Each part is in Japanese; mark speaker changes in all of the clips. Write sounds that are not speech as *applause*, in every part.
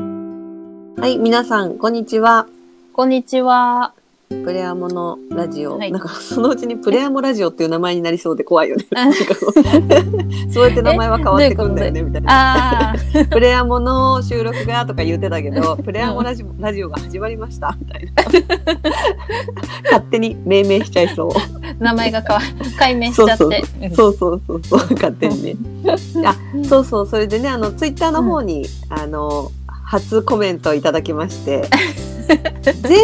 Speaker 1: はい、皆さん、こんにちは。
Speaker 2: こんにち
Speaker 1: *laughs*
Speaker 2: は。
Speaker 1: プレアモのラジオ。
Speaker 2: はい
Speaker 1: なんか、そのうちにプレアモラジオっていう名前になりそうで怖いよね。
Speaker 2: あ
Speaker 1: なんかこうそうやって名前は変わってくんだよね、みたいな。
Speaker 2: あ
Speaker 1: プレアモの収録がとか言ってたけど、プレアモラジオラジオが始まりました、みたいな。勝手に命名しちゃいそう。
Speaker 2: あ、名前が変わ、改名しちゃって。
Speaker 1: そうそうそうそうそう、勝手にね。あ、そうそう、それでね、あの、ツイッターの方に、あの、初コメントいただきま
Speaker 2: *laughs*
Speaker 1: して、前、前、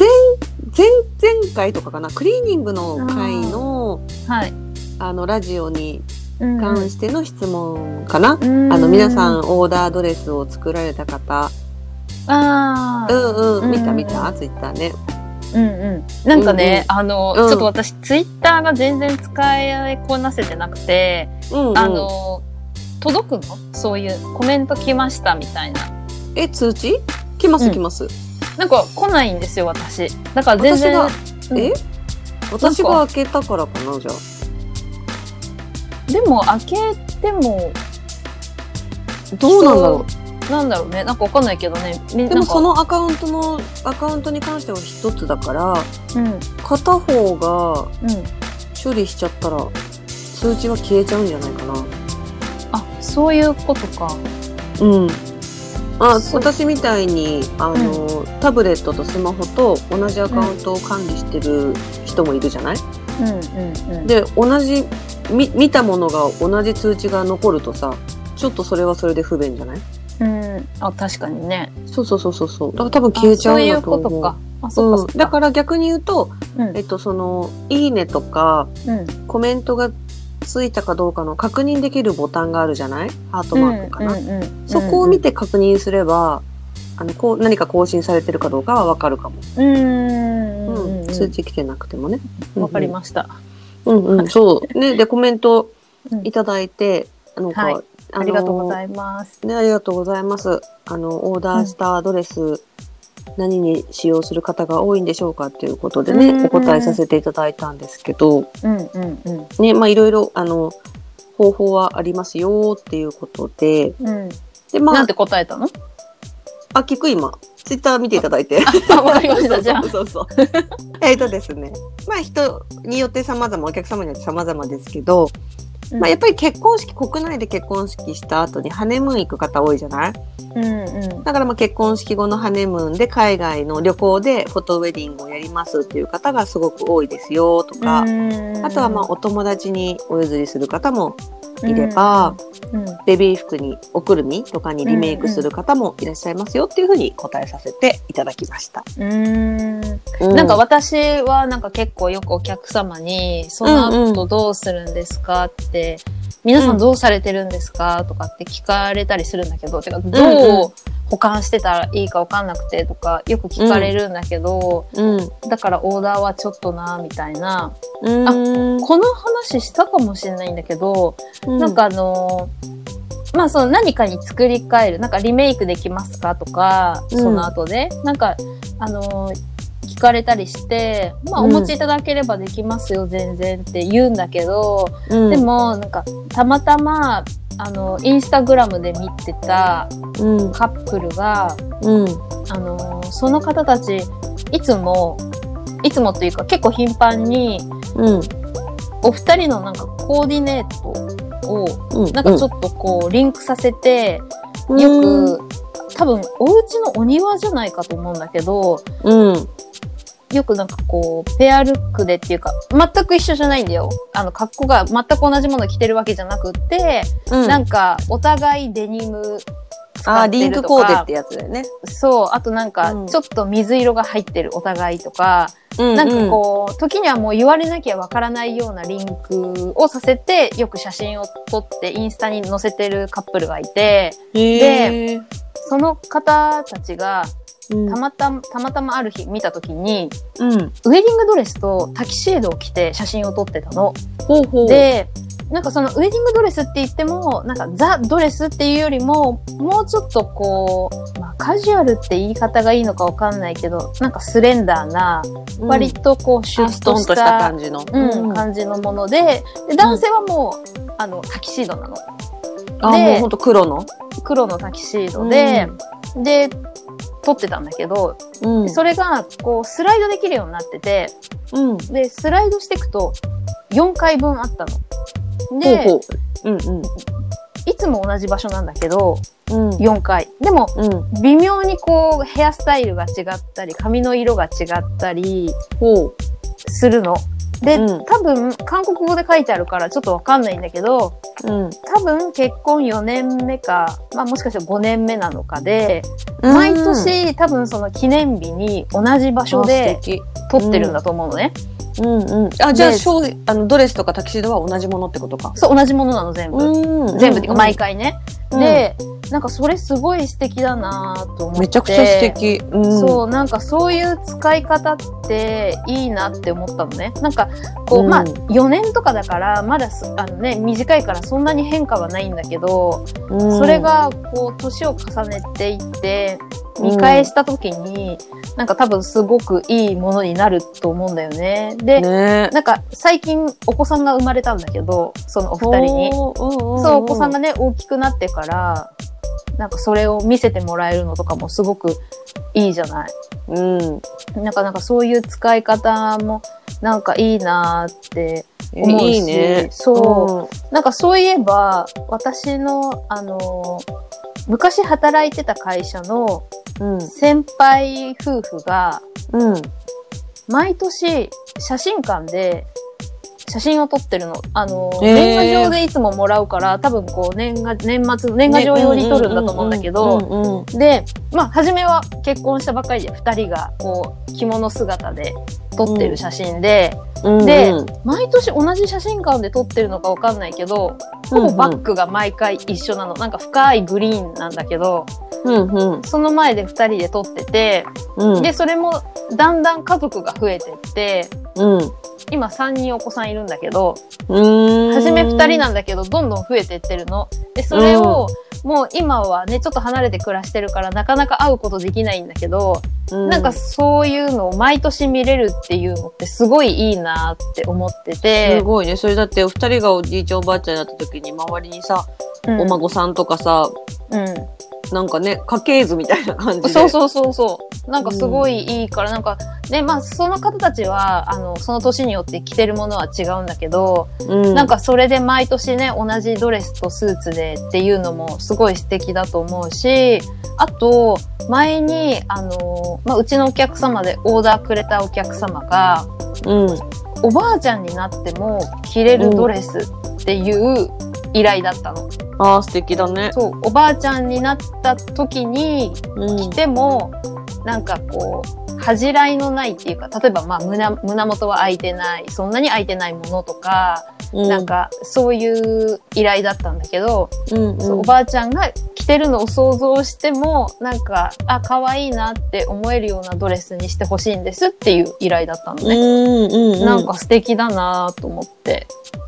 Speaker 1: 前、前回とかかな、クリーニングの回の、
Speaker 2: うんはい。
Speaker 1: あの、ラジオに
Speaker 2: うん
Speaker 1: 関しての質問かな。
Speaker 2: うん
Speaker 1: あの、皆さん、。オーダードレスを作られた方、う
Speaker 2: ああ、
Speaker 1: んう、
Speaker 2: うんん
Speaker 1: 見た見た、ツイッターね。
Speaker 2: うんうん。なんかね、あの、
Speaker 1: うん
Speaker 2: ちょっと私、ツイッターが全然使いこなせてなくて、
Speaker 1: うん、うん。
Speaker 2: あの、届くのそういうコメント来ましたみたいな。
Speaker 1: え、通知来ま
Speaker 2: う
Speaker 1: す
Speaker 2: ん
Speaker 1: 来ます。
Speaker 2: なんか来ないんですよ、私。だから全然。
Speaker 1: 私が、
Speaker 2: うん
Speaker 1: え私が開けたからかな、じゃあ。
Speaker 2: でも開けても、
Speaker 1: どうなんだろう。
Speaker 2: う。なんだろうね。なんかわかんないけどね。み
Speaker 1: で
Speaker 2: なん
Speaker 1: も
Speaker 2: か
Speaker 1: そのアカウントのアカウントに関しては一つだから
Speaker 2: うん、うん。
Speaker 1: 片方が処理しちゃったら通知は消えちゃうんじゃないかな
Speaker 2: あ、そういうことか。
Speaker 1: うんあ
Speaker 2: そう
Speaker 1: 私みたいにあの、タブレットとスマホと同じアカウントを管理してる人もいるじゃない、
Speaker 2: うんうんうん。
Speaker 1: で同じみ見たものが同じ通知が残るとさちょっとそれはそれで不便じゃない
Speaker 2: うん、あ確かにね。
Speaker 1: そうそうそうそうそうだから多分消えちゃうんだと思う
Speaker 2: あそういうことか。あそっか
Speaker 1: う
Speaker 2: そっ
Speaker 1: ん
Speaker 2: か。
Speaker 1: だから逆に言うと、
Speaker 2: ら、うん
Speaker 1: えっと、その、いいねとか、
Speaker 2: うん
Speaker 1: コメントがついたかどうかの確認できるボタンがあるじゃないハートマークかな、
Speaker 2: うんうんうん
Speaker 1: そこを見て確認すれば、あのこう何か更新されてるかどうかはわかるかも、
Speaker 2: うんうん
Speaker 1: う
Speaker 2: うんんうん
Speaker 1: 通知来てなくてもね
Speaker 2: うん。わかり
Speaker 1: す、
Speaker 2: ました。
Speaker 1: うんうんそうねでコメント
Speaker 2: うん
Speaker 1: いただいて、なんか、
Speaker 2: はい
Speaker 1: あ
Speaker 2: ありがとうござ
Speaker 1: い
Speaker 2: います。
Speaker 1: ます、ね、ありがとうございますあのオーダーしたドレス、何に使用する方が多いんでしょうかっていうことでね、
Speaker 2: うん
Speaker 1: お答えさせていただいたんですけど、
Speaker 2: うんうんうん
Speaker 1: ね、まあいろいろ、あの、方法はありますよっていうことで、
Speaker 2: うん。
Speaker 1: で、ま
Speaker 2: なん
Speaker 1: あ
Speaker 2: て、答えたの？
Speaker 1: あ、聞く今、ツイッター見ていただいて。
Speaker 2: あわか *laughs* りま
Speaker 1: *laughs*
Speaker 2: した。じゃあ
Speaker 1: そうそうそう。えっとですね、まあ人によって様々、お客様によって様々ですけど、
Speaker 2: うん
Speaker 1: まあやっぱり結婚式、国内で結婚式した後にハネムーン行く方多いじゃない
Speaker 2: うんうん
Speaker 1: だからまあ結婚式後のハネムーンで海外の旅行でフォトウェディングをやりますっていう方がすごく多いですよとか、
Speaker 2: うん。
Speaker 1: あとはまあお友達にお譲りする方もいれば、
Speaker 2: うんうん
Speaker 1: ベビー服におくるみとかにリメイクする方もいらっしゃいますよっていうふうに答えさせていただきました。
Speaker 2: うん。なんか私はなんか結構よくお客様に、その後どうするんですかって、皆さんどうされてるんですかとかって聞かれたりするんだけど、てか
Speaker 1: うんう
Speaker 2: どう保管してたらいいかわかんなくてとかよく聞かれるんだけど、
Speaker 1: うん、
Speaker 2: だからオーダーはちょっとな、みたいな。
Speaker 1: うん、
Speaker 2: この話したかもしれないんだけど、
Speaker 1: うん
Speaker 2: なんか、あのーまあその何かに作り変える、なんかリメイクできますかとか、
Speaker 1: うん
Speaker 2: その後で、なんか、あのー聞かれたりして、まあ
Speaker 1: う
Speaker 2: お
Speaker 1: ん
Speaker 2: 持ちいただければできますよ、全然って言うんだけど、
Speaker 1: うん
Speaker 2: で、もなんかたまたま、あの、インスタグラムで見てた
Speaker 1: うん、
Speaker 2: カップルが、
Speaker 1: うん、
Speaker 2: あのーその方たち、いつも、いつもというか結構頻繁に、
Speaker 1: うん、
Speaker 2: お二人のなんかコーディネートを、
Speaker 1: うん、
Speaker 2: なんかちょっとこう、リンクさせて、よく、多分、お家のお庭じゃないかと思うんだけど、
Speaker 1: うん、うん、
Speaker 2: よくなんかこう、ペアルックでっていうか、全く一緒じゃないんだよ。あの、格好が全く同じもの着てるわけじゃなくって、
Speaker 1: うん、
Speaker 2: なんか、お互いデニム使
Speaker 1: あ
Speaker 2: っ
Speaker 1: ー、リ
Speaker 2: て
Speaker 1: ン
Speaker 2: る
Speaker 1: ク
Speaker 2: と
Speaker 1: コーデっ
Speaker 2: か
Speaker 1: て、やつだよね。
Speaker 2: そう、あとなん
Speaker 1: うん
Speaker 2: か、ちょっと水色が入ってるお互いとか、
Speaker 1: う
Speaker 2: なんかこう、時にはもう言われなきゃわからないようなリンクをさせて、よく写真を撮ってインスタに載せてるカップルがいて、
Speaker 1: うん、へー、
Speaker 2: その方たちが
Speaker 1: うん
Speaker 2: たまたま、たまたまある日見た時に、
Speaker 1: うん、
Speaker 2: ウェディングドレスとタキシードを着て写真を撮ってたの。
Speaker 1: ほうほう、
Speaker 2: で、なんかそのウェディングドレスって言っても、なんかザ・ドレスっていうよりも、もうちょっとこう、まあカジュアルって言い方がいいのかわかんないけど、なんかスレンダーな、
Speaker 1: うん
Speaker 2: 割とこうシュ
Speaker 1: あス
Speaker 2: ッ
Speaker 1: ト
Speaker 2: と
Speaker 1: ンと
Speaker 2: し
Speaker 1: した
Speaker 2: た
Speaker 1: 感じの。
Speaker 2: うん、感じのもので、で男性はもう、あの、タキシードなの。
Speaker 1: あ、
Speaker 2: で
Speaker 1: もうほんと黒の。
Speaker 2: 黒のタキシードで、で、撮ってたんだけど、
Speaker 1: うん
Speaker 2: それがこうスライドできるようになってて、
Speaker 1: うん
Speaker 2: で、スライドしていくと4回分あったの。で、
Speaker 1: ほうほううん
Speaker 2: いつも同じ場所なんだけ
Speaker 1: うん
Speaker 2: ど、
Speaker 1: うん
Speaker 2: 4回。でも、
Speaker 1: うん
Speaker 2: 微妙にこうヘアスタイルが違ったり、髪の色が違ったり
Speaker 1: ほ
Speaker 2: するの。で、
Speaker 1: うん
Speaker 2: 多分、韓国語で書いてあるからちょっとわかんないんだけど、
Speaker 1: ううん
Speaker 2: 多分結婚4年目か、まあもしかしたら5年目なのかで、毎年多分その記念日に同じ場所で
Speaker 1: あ素敵
Speaker 2: 撮ってるんだと思うのね。
Speaker 1: うんうんあじゃあ
Speaker 2: で
Speaker 1: ショーあのドレスとかタキシードは同じものってことか
Speaker 2: そう、同じものなの全部。
Speaker 1: ん
Speaker 2: 全部っていうか毎回ね。
Speaker 1: うん
Speaker 2: で、なんかそれすごい素敵だなと思って。
Speaker 1: めちゃくちゃ素敵うん
Speaker 2: そう、なんかそういう使い方っていいなって思ったのね。なんか、こう、
Speaker 1: うん
Speaker 2: まあ、4年とかだから、まだす、あのね、短いからそんなに変化はないんだけど、
Speaker 1: うん
Speaker 2: それが、こう、年を重ねていって、見返した時に、なんか多分すごくいいものになると思うんだよね。で、
Speaker 1: ね
Speaker 2: なんか最近お子さんが生まれたんだけど、そのお二人に。
Speaker 1: ほううんうん
Speaker 2: そう、お子さんがね、大きくなってから、なんかそれを見せてもらえるのとかもすごくいいじゃない。
Speaker 1: うん
Speaker 2: なんかなんかそういう使い方もなんかいいなーって
Speaker 1: え
Speaker 2: 思うし。
Speaker 1: いいね
Speaker 2: そう、なんかそういえば、私の、あのー、昔働いてた会社の
Speaker 1: うん
Speaker 2: 先輩夫婦が、
Speaker 1: うん
Speaker 2: 毎年写真館で写真を撮ってるの。あのー、
Speaker 1: へー
Speaker 2: 年賀状でいつももらうから、多分こう年賀、年末、年賀状用に撮るんだと思うんだけど、
Speaker 1: うんうんうん
Speaker 2: で、まあ、初めは結婚したばかりで2人がこう着物姿で撮ってる写真で、
Speaker 1: うんうん
Speaker 2: で
Speaker 1: うん
Speaker 2: 毎年同じ写真館で撮ってるのかわかんないけどほぼバッグが毎回一緒なの、なんか深いグリーンなんだけど
Speaker 1: うんうん
Speaker 2: その前で2人で撮ってて、
Speaker 1: うん
Speaker 2: でそれもだんだん家族が増えてって
Speaker 1: うん
Speaker 2: 今3人お子さんいるんだけど
Speaker 1: うん
Speaker 2: 初め2人なんだけどどんどん増えてってるの。でそれをもう今はねちょっと離れて暮らしてるからなかなか会うことできないんだけど、なんか
Speaker 1: す
Speaker 2: そういうのを毎年見れるっていうのってすごいいいなって思ってて。
Speaker 1: ごいねそれだってお二人がおじいちゃんおばあちゃんになった時に周りにさ
Speaker 2: うん
Speaker 1: お孫さんとかさ
Speaker 2: うん。
Speaker 1: なんかね家系図みたいな感じで
Speaker 2: そうそうそうそう。なんかすごいいいから、なんか、ね、まあその方たちは、あの、その年によって着てるものは違うんだけど、
Speaker 1: うん
Speaker 2: なんかそれで毎年ね、同じドレスとスーツでっていうのもすごい素敵だと思うし、あと、前に、あの、まあうちのお客様でオーダーくれたお客様が、
Speaker 1: うん
Speaker 2: おばあちゃんになっても着れるドレスっていう依頼だったの。
Speaker 1: ああ素敵だね
Speaker 2: そう、おばあちゃんになった時に
Speaker 1: うん
Speaker 2: 着ても、なんかこう、恥じらいのないっていうか、例えばまあ胸胸元は開いてない、そんなに開いてないものとか、なんかそういう依頼だったんだけど、
Speaker 1: うんうん
Speaker 2: そうおばあちゃんが着てるのを想像しても、なんか、あ、可愛いなって思えるようなドレスにしてほしいんですっていう依頼だったのね。
Speaker 1: うんうんうん
Speaker 2: なんか素敵だなと思って。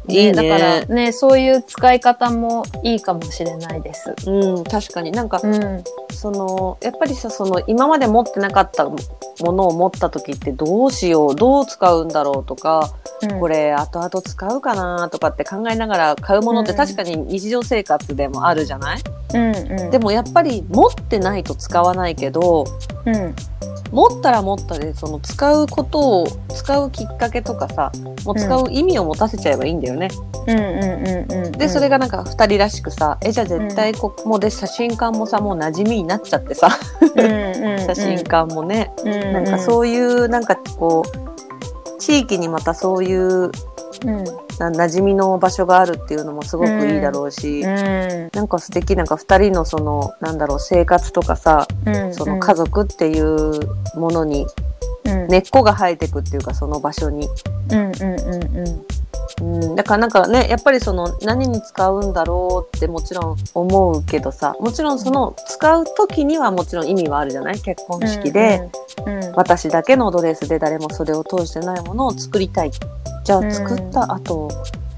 Speaker 1: いいね
Speaker 2: だからね、そういう使い方もいいかもしれないです。
Speaker 1: うん確かになんか
Speaker 2: うん。
Speaker 1: そのやっぱりさその今まで持ってなかったものを持った時ってどうしようどう使うんだろうとかこ
Speaker 2: れ。
Speaker 1: れ後々使うかなとかって考えながら買うものって
Speaker 2: うん
Speaker 1: 確かに日常生活でもあるじゃない、
Speaker 2: うんうん。
Speaker 1: で、もやっぱり持ってないと使わないけど
Speaker 2: うん。
Speaker 1: 持ったら持ったでその使うことを使うきっかけとかさもう使う意味を持たせちゃえばいいんだよね。
Speaker 2: うんうんうんうん。
Speaker 1: でそれ
Speaker 2: が、
Speaker 1: がなんか2人らしくさえじゃあ絶対ここもで写真館もさもう馴染みになっちゃってさ
Speaker 2: うんうんうん、
Speaker 1: 写真館もね、
Speaker 2: うん。
Speaker 1: なんかそういうなんかこう地域にまたそういう
Speaker 2: うん。うん。
Speaker 1: な馴染みの場所があるっていうのもすごくいいだろうし、
Speaker 2: うん。
Speaker 1: なんか素敵なんか2人のそのなんだろう生活とかさ
Speaker 2: うん。
Speaker 1: その家族っていうものに
Speaker 2: うん。
Speaker 1: 根っこが生えてくっていうかその場所に、
Speaker 2: うんうんうんうん。
Speaker 1: うん、だからなんかねやっぱりその何に使うんだろうってもちろん思うけどさもちろんその使う時にはもちろん意味はあるじゃない結婚式で。
Speaker 2: うんうん。うん。
Speaker 1: 私だけのドレスで誰もそれを通してないものを作りたいじゃあ作った後、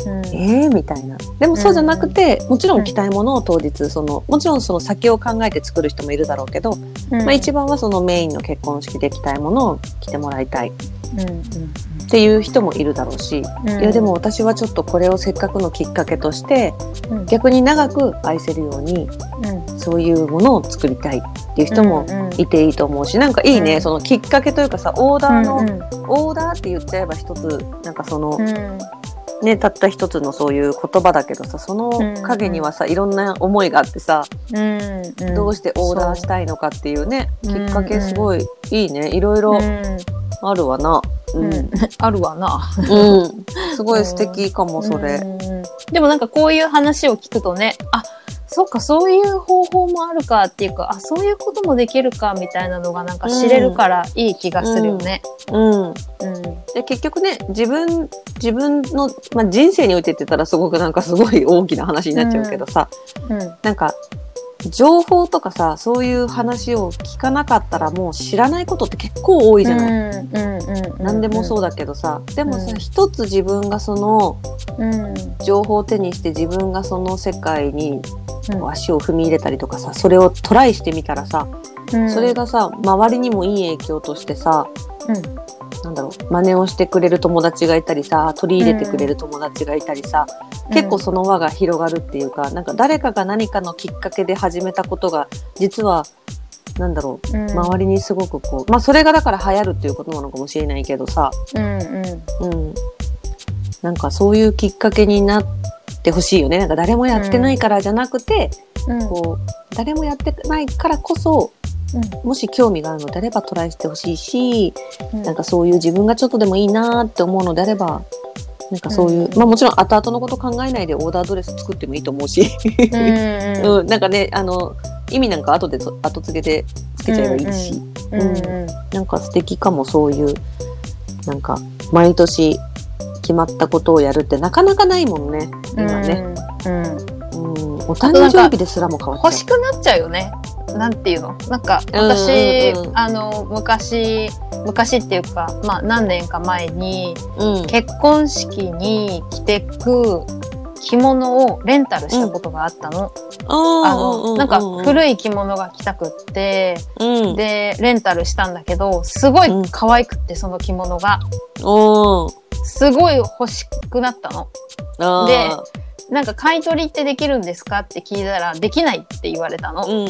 Speaker 2: うん
Speaker 1: えーみたいなでもそうじゃなくて、もちろん着たいものを当日そのもちろんその先を考えて作る人もいるだろうけど、まあ、一番はそのメインの結婚式で着たいものを着てもらいたいっ
Speaker 2: うんうん
Speaker 1: ていう人もいるだろうし、
Speaker 2: うん。
Speaker 1: いやでも私はちょっとこれをせっかくのきっかけとして
Speaker 2: うん、
Speaker 1: 逆に長く愛せるように
Speaker 2: うん。
Speaker 1: そういうものを作りたいっっていう人も
Speaker 2: うんうん
Speaker 1: いていいと思うし、なんかいいね、
Speaker 2: うん
Speaker 1: そのきっかけというかさオーダ
Speaker 2: う
Speaker 1: ー
Speaker 2: ん
Speaker 1: の、
Speaker 2: うん
Speaker 1: オーダーって言っちゃえば一つなんかその、
Speaker 2: うん
Speaker 1: ねたった一つのそういう言葉だけどさその陰にはさ、いろんな思いがあってさ、
Speaker 2: うんうん
Speaker 1: どうしてオーダーしたいのかっていうねきっかけすごいいいねいろいろ
Speaker 2: う
Speaker 1: あるわな。うんん
Speaker 2: うんあるわな。 *laughs*
Speaker 1: うん、すごい素敵かもそれ。
Speaker 2: うんでもなんかこういう話を聞くとね、あ、そうか、そういう方法もあるかっていうか、あ、そういうこともできるかみたいなのがなんか知れるからいい気がするよね。
Speaker 1: うん、
Speaker 2: うん。
Speaker 1: で結局ね自分自分の、まあ、人生においてって言ったらすごくなんかすごい大きな話になっちゃうけどさ、
Speaker 2: うん。
Speaker 1: なんか情報とかさそういう話を聞かなかったらもう知らないことって結構多いじゃない。
Speaker 2: うんうんうん。
Speaker 1: 何でもそううだけどさ、でも
Speaker 2: う
Speaker 1: さ
Speaker 2: ん
Speaker 1: 一つ自分がその
Speaker 2: だ。うん。
Speaker 1: 情報を手にして自分がその世界にこう
Speaker 2: う
Speaker 1: 足を踏み入れたりとかさそれをトライしてみたらさ
Speaker 2: ん。
Speaker 1: それがさ周りにもいい影響としてさ、
Speaker 2: うん
Speaker 1: なんだろう真似をしてくれる友達がいたりさ取り入れてくれる友達がいたりさ、結構その輪が広がるっていうかなんか誰かが何かのきっかけで始めたことが実はなんだろう
Speaker 2: うん、
Speaker 1: 周りにすごくこうまあそれがだから流行るっていうことなのかもしれないけどさ、
Speaker 2: うんうん。
Speaker 1: うん、なんかそういうきっかけになってほしいよねなんか誰もやってないからじゃなくて、
Speaker 2: うん
Speaker 1: こう誰もやってないからこそ、
Speaker 2: う
Speaker 1: もし興味があるのであればトライしてほしいし、
Speaker 2: うん
Speaker 1: なんかそういう自分がちょっとでもいいなって思うのであればなんかそういう、
Speaker 2: うん
Speaker 1: まあもちろん後々のこと考えないでオーダードレス作ってもいいと思うし、
Speaker 2: うん
Speaker 1: *laughs* う
Speaker 2: う
Speaker 1: ん
Speaker 2: ん
Speaker 1: なんかねあの意味なんか後でと後付けでつけちゃえばいいし、
Speaker 2: うん
Speaker 1: なんか素敵かもそういうなんか毎年決ま決まったことをやるってなかなかないもんね
Speaker 2: うん
Speaker 1: 今ね、
Speaker 2: うんうん
Speaker 1: うんお誕生日ですらも変わっ
Speaker 2: 欲
Speaker 1: ちゃ
Speaker 2: しくなっちゃうよね。なんていうのなんか
Speaker 1: うんうんうん
Speaker 2: 私、あの昔昔っていうか、まあ、何年か前に
Speaker 1: う、うん、
Speaker 2: 結婚式に着てく着物をレンタルしたことがあったの。あのなんか
Speaker 1: い、
Speaker 2: 古い着物が着たくって、
Speaker 1: うん、
Speaker 2: でレンタルしたんだけどすごい可愛くってその着物が
Speaker 1: おー
Speaker 2: すごい欲しくなったの。
Speaker 1: あ
Speaker 2: で
Speaker 1: ー
Speaker 2: なんか買い取りってできるんですかって聞いたらできないって言われたの。
Speaker 1: うんうんう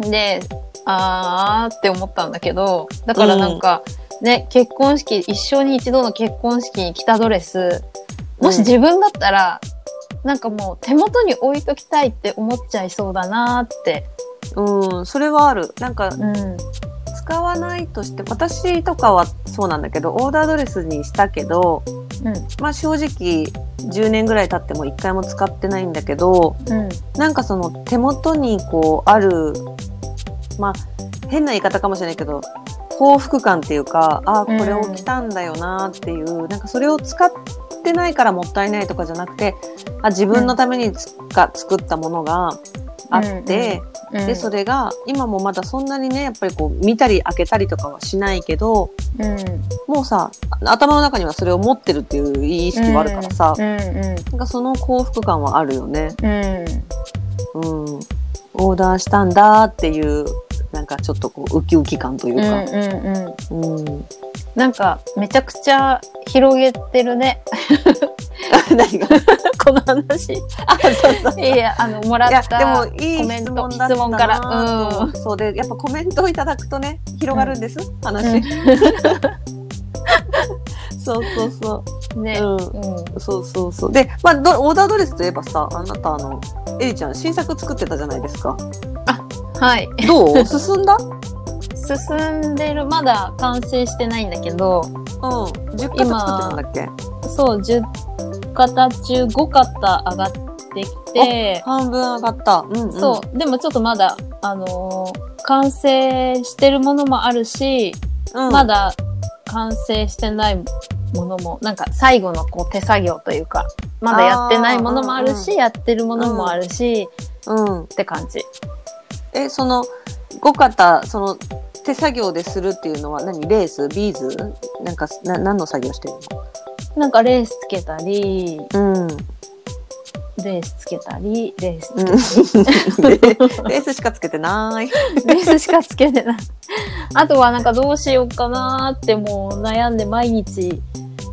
Speaker 1: んうん
Speaker 2: で、あーって思ったんだけど、だからなんか、ね、結婚式、一生に一度の結婚式に着たドレス、もし自分だったら、なんかもう手元に置いときたいって思っちゃいそうだなーって。
Speaker 1: うん、それはある。なんか、
Speaker 2: うん。
Speaker 1: 使わないとして、私とかはそうなんだけど、オーダードレスにしたけど、
Speaker 2: う
Speaker 1: まあ正直、10年ぐらい経っても1回も使ってないんだけど、
Speaker 2: ん。うん。
Speaker 1: なんかその手元にこうある、まあ変な言い方かもしれないけど、幸福感っていうか、ああ、これを着たんだよなっていう、なんかそれを使ってないからもったいないとかじゃなくて、あ自分のためにつか作ったものがあって、
Speaker 2: うん、
Speaker 1: でそれが今もまだそんなにねやっぱりこう見たり開けたりとかはしないけど
Speaker 2: うん、
Speaker 1: もうさあ頭の中にはそれを持ってるっていう意識はあるからさ、
Speaker 2: うんうん
Speaker 1: なんかその幸福感はあるよね、
Speaker 2: うん
Speaker 1: うん、オーダーしたんだっていうなんかちょっとこうウキウキ感という
Speaker 2: うん
Speaker 1: か、
Speaker 2: うんうん
Speaker 1: うん *laughs*
Speaker 2: なんかめちゃくちゃ広げて
Speaker 1: *laughs*
Speaker 2: るね
Speaker 1: 何が
Speaker 2: *laughs* この話い
Speaker 1: あそうそう
Speaker 2: やあのもら
Speaker 1: いや
Speaker 2: った
Speaker 1: でもいい
Speaker 2: コメ
Speaker 1: 質
Speaker 2: ント
Speaker 1: 問だったなと
Speaker 2: 質問からうん
Speaker 1: そうでやっぱコメントをいただくとね広がるんです、話、
Speaker 2: う
Speaker 1: *laughs* そうそうそ
Speaker 2: ね、
Speaker 1: う、うん、
Speaker 2: うん
Speaker 1: そうそうそう。で、まあ、どオーダードレスといえばさ、あなたあの、エリちゃん新作作ってたじゃないですか。
Speaker 2: はい。
Speaker 1: どう進んだうん。
Speaker 2: 進んでる、まだ完成してないんだけど、
Speaker 1: 10型作ってたんだっけ
Speaker 2: そう、10型中5型上がってきて、
Speaker 1: 半分上がった。うん、うん。
Speaker 2: そう、でもちょっとまだ、あのー完成してるものもあるし、
Speaker 1: うん。
Speaker 2: まだ完成してないものも、なんか最後のこう手作業というか、まだやってないものもある
Speaker 1: あーうん
Speaker 2: し、やってるものもあるし、
Speaker 1: うん。
Speaker 2: って感じ。
Speaker 1: え、その、5型、その、手作業でするっていうのは何レースビーズなんか、な、何の作業してる
Speaker 2: なんかレースつけたり、
Speaker 1: のうん。 *laughs* レ
Speaker 2: レースつけたり、レース
Speaker 1: ースしかつけてない。
Speaker 2: レースしかつけてない。あとはなんかどうしようかなーってもう悩んで毎日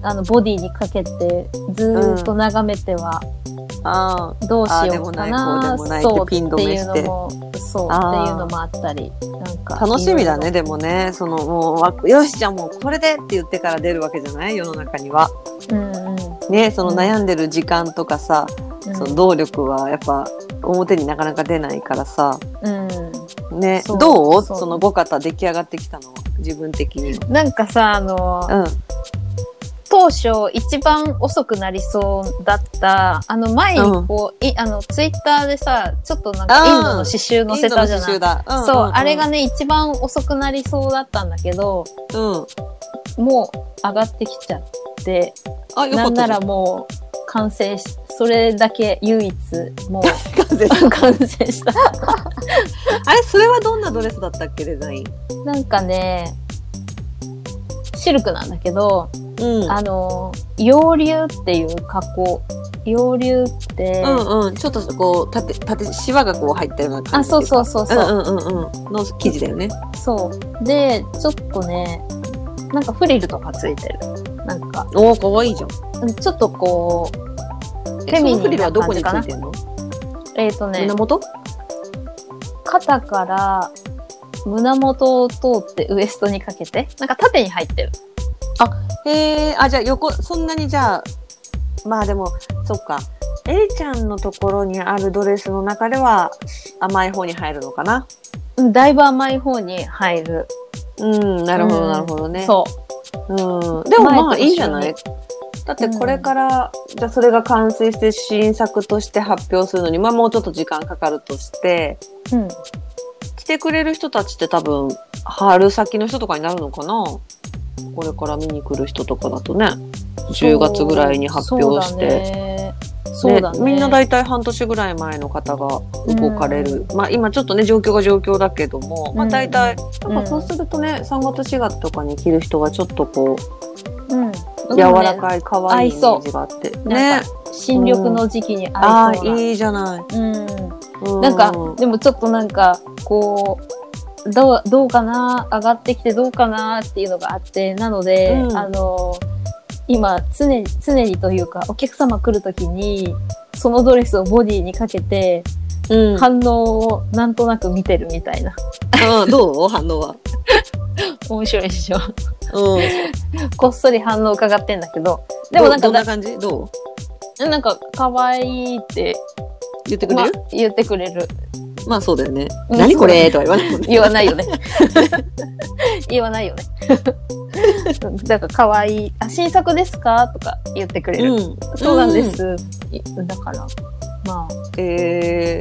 Speaker 2: あのボディにかけてずーっと眺めては
Speaker 1: あ
Speaker 2: どうしようか
Speaker 1: あーでもない
Speaker 2: な
Speaker 1: こうでもない
Speaker 2: そう
Speaker 1: ってピン止めして
Speaker 2: っていうのもそう
Speaker 1: あー
Speaker 2: っていうのもあったりなんか
Speaker 1: あ楽しみだね
Speaker 2: いろい
Speaker 1: で
Speaker 2: ろ
Speaker 1: もねそのもうわよしじゃあもうこれでって言ってから出るわけじゃない世の中には
Speaker 2: うんうん
Speaker 1: ねその
Speaker 2: うん
Speaker 1: 悩んでる時間とかさ、
Speaker 2: うん
Speaker 1: その動力はやっぱ表になかなか出ないからさ
Speaker 2: う
Speaker 1: ね
Speaker 2: そう
Speaker 1: どう
Speaker 2: そ
Speaker 1: そうの5型出来上がってきたの自分的に
Speaker 2: ん、なんかさあの、
Speaker 1: うん
Speaker 2: 当初一番遅くなりそうだったあの前にこう、いあのツイッターでさちょっとなんか
Speaker 1: あー
Speaker 2: インドの刺繍載せたじゃない、
Speaker 1: インドの刺繍だん
Speaker 2: そう、
Speaker 1: んん
Speaker 2: あれがね一番遅くなりそうだったんだけど
Speaker 1: うん
Speaker 2: もう上がってきち
Speaker 1: *laughs*
Speaker 2: ゃって
Speaker 1: あよか
Speaker 2: な
Speaker 1: っ
Speaker 2: ん
Speaker 1: た
Speaker 2: な
Speaker 1: じゃ
Speaker 2: らもう完成しそれだけ唯一もう
Speaker 1: *laughs*
Speaker 2: *laughs*
Speaker 1: 完成
Speaker 2: 完成した
Speaker 1: あれそれはどんなドレスだったっけデザイン
Speaker 2: なんかねシルクなんだけど、
Speaker 1: うん
Speaker 2: あの、洋流っていう加工。洋流って、
Speaker 1: うんうん、ちょっとこう縦縦シワがこう入ったような感
Speaker 2: あ、
Speaker 1: じって
Speaker 2: そ
Speaker 1: いうう
Speaker 2: そ
Speaker 1: か
Speaker 2: うそうそう、
Speaker 1: うんうんうんうんの生地だよね
Speaker 2: そう。で、ちょっとね、なんかフリルとかついてる。なんか、
Speaker 1: おおかわいいじゃん
Speaker 2: うんちょっとこう、
Speaker 1: え
Speaker 2: フェミニンな
Speaker 1: そのフリルはどこにつ
Speaker 2: 感
Speaker 1: い
Speaker 2: じ
Speaker 1: てんの
Speaker 2: えっ、とね
Speaker 1: 胸、元
Speaker 2: 肩から胸元を通ってウエストにかけて、なんか縦に入ってる。
Speaker 1: へえあじゃあ横そんなにじゃあまあでもそっかエリちゃんのところにあるドレスの中では甘い方に入るのかな
Speaker 2: うんだいぶ甘い方に入る。
Speaker 1: うんなるほ
Speaker 2: う
Speaker 1: ど
Speaker 2: ん
Speaker 1: なるほどね
Speaker 2: そ
Speaker 1: うん、でもまあ
Speaker 2: 前と後ろに
Speaker 1: いいじゃないだってこれから、じゃあそれが完成して新作として発表するのに、まあもうちょっと時間かかるとして、
Speaker 2: う。うん。
Speaker 1: 来てくれる人たちって多分、春先の人とかになるのかなこれから見に来る人とかだとね、10月ぐらいに発表して。
Speaker 2: そうそうだね。そうだね。
Speaker 1: みんな大体半年ぐらい前の方が動かれる、まあ今ちょっとね状況が状況だけども、まあ大体、
Speaker 2: うん
Speaker 1: なんかそうするとね3月4月とかに着る人がちょっとこう
Speaker 2: うん、
Speaker 1: 柔らかい可愛いイメージがあって
Speaker 2: なん
Speaker 1: ね
Speaker 2: か新緑の時期に
Speaker 1: あ
Speaker 2: 合いそう
Speaker 1: あ
Speaker 2: な。
Speaker 1: いいじゃない。
Speaker 2: うん、
Speaker 1: う
Speaker 2: なんか、でもちょっとなんか、こう、どう、どうかな上がってきてどうかなっていうのがあって、なので、
Speaker 1: うん
Speaker 2: あの、今、常に、常にというか、お客様来るときに、そのドレスをボディにかけて、
Speaker 1: うん、
Speaker 2: 反応をなんとなく見てるみたいな。
Speaker 1: *laughs* うんどう反応は。
Speaker 2: 面白いでしょ。
Speaker 1: うん。
Speaker 2: こっそり反応を伺ってんだけど。 *laughs* でもなん
Speaker 1: ど
Speaker 2: か
Speaker 1: うどんな感じ？どう？
Speaker 2: だ、なんか、可愛いって、
Speaker 1: 言ってく
Speaker 2: ま
Speaker 1: れ
Speaker 2: あ
Speaker 1: る？
Speaker 2: 言ってくれる。
Speaker 1: まあそうだよね。
Speaker 2: うん
Speaker 1: 何これとは言わないもんね。
Speaker 2: 言わないよね。言わないよね。だから可愛い。あ、新作ですかとか言ってくれる。
Speaker 1: うん。
Speaker 2: そうなんです。いだから、まあ、
Speaker 1: え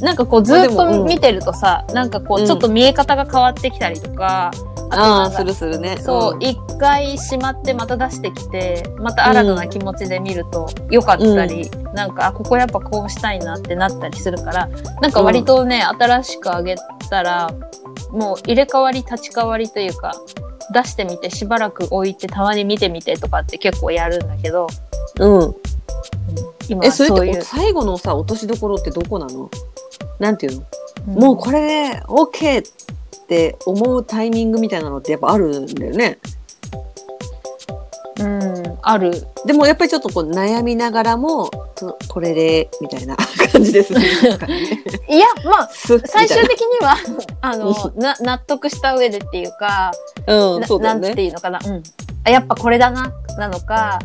Speaker 2: なんかこうずっ
Speaker 1: まあでも
Speaker 2: と
Speaker 1: うん
Speaker 2: 見てるとさ、なんかこ
Speaker 1: う
Speaker 2: うんちょっと見え方が変わってきたりとか、
Speaker 1: ー、ああ
Speaker 2: となんか
Speaker 1: するするね。
Speaker 2: そう、一回しまってまた出してきて、また新たな気持ちで見ると良かったり、なんか、あここやっぱこうしたいなってなったりするから、なんか割とね、新しくあげたら、もう入れ替わり立ち替わりというか、出してみてしばらく置いてたまに見てみてとかって結構やるんだけど、
Speaker 1: うん。うん。
Speaker 2: 今
Speaker 1: え
Speaker 2: は
Speaker 1: それっ
Speaker 2: そう
Speaker 1: て
Speaker 2: い
Speaker 1: お
Speaker 2: う。
Speaker 1: 最後のさ落としどころってどこなの？なんていうの？
Speaker 2: うん
Speaker 1: もうこれで OK って思うタイミングみたいなのってやっぱあるんだよね。
Speaker 2: うん、ある。
Speaker 1: でもやっぱりちょっとこう悩みながらもとこれでみたいな *laughs* 感じです、ね。
Speaker 2: いや、まあ、
Speaker 1: す
Speaker 2: *laughs* 最終
Speaker 1: み
Speaker 2: 的には、 *laughs* あの、な、納得した上でっていうか、
Speaker 1: たいなうん
Speaker 2: な
Speaker 1: そうだよ
Speaker 2: なん
Speaker 1: ね
Speaker 2: て。いうのかな、うん、あやっぱこれだななのか、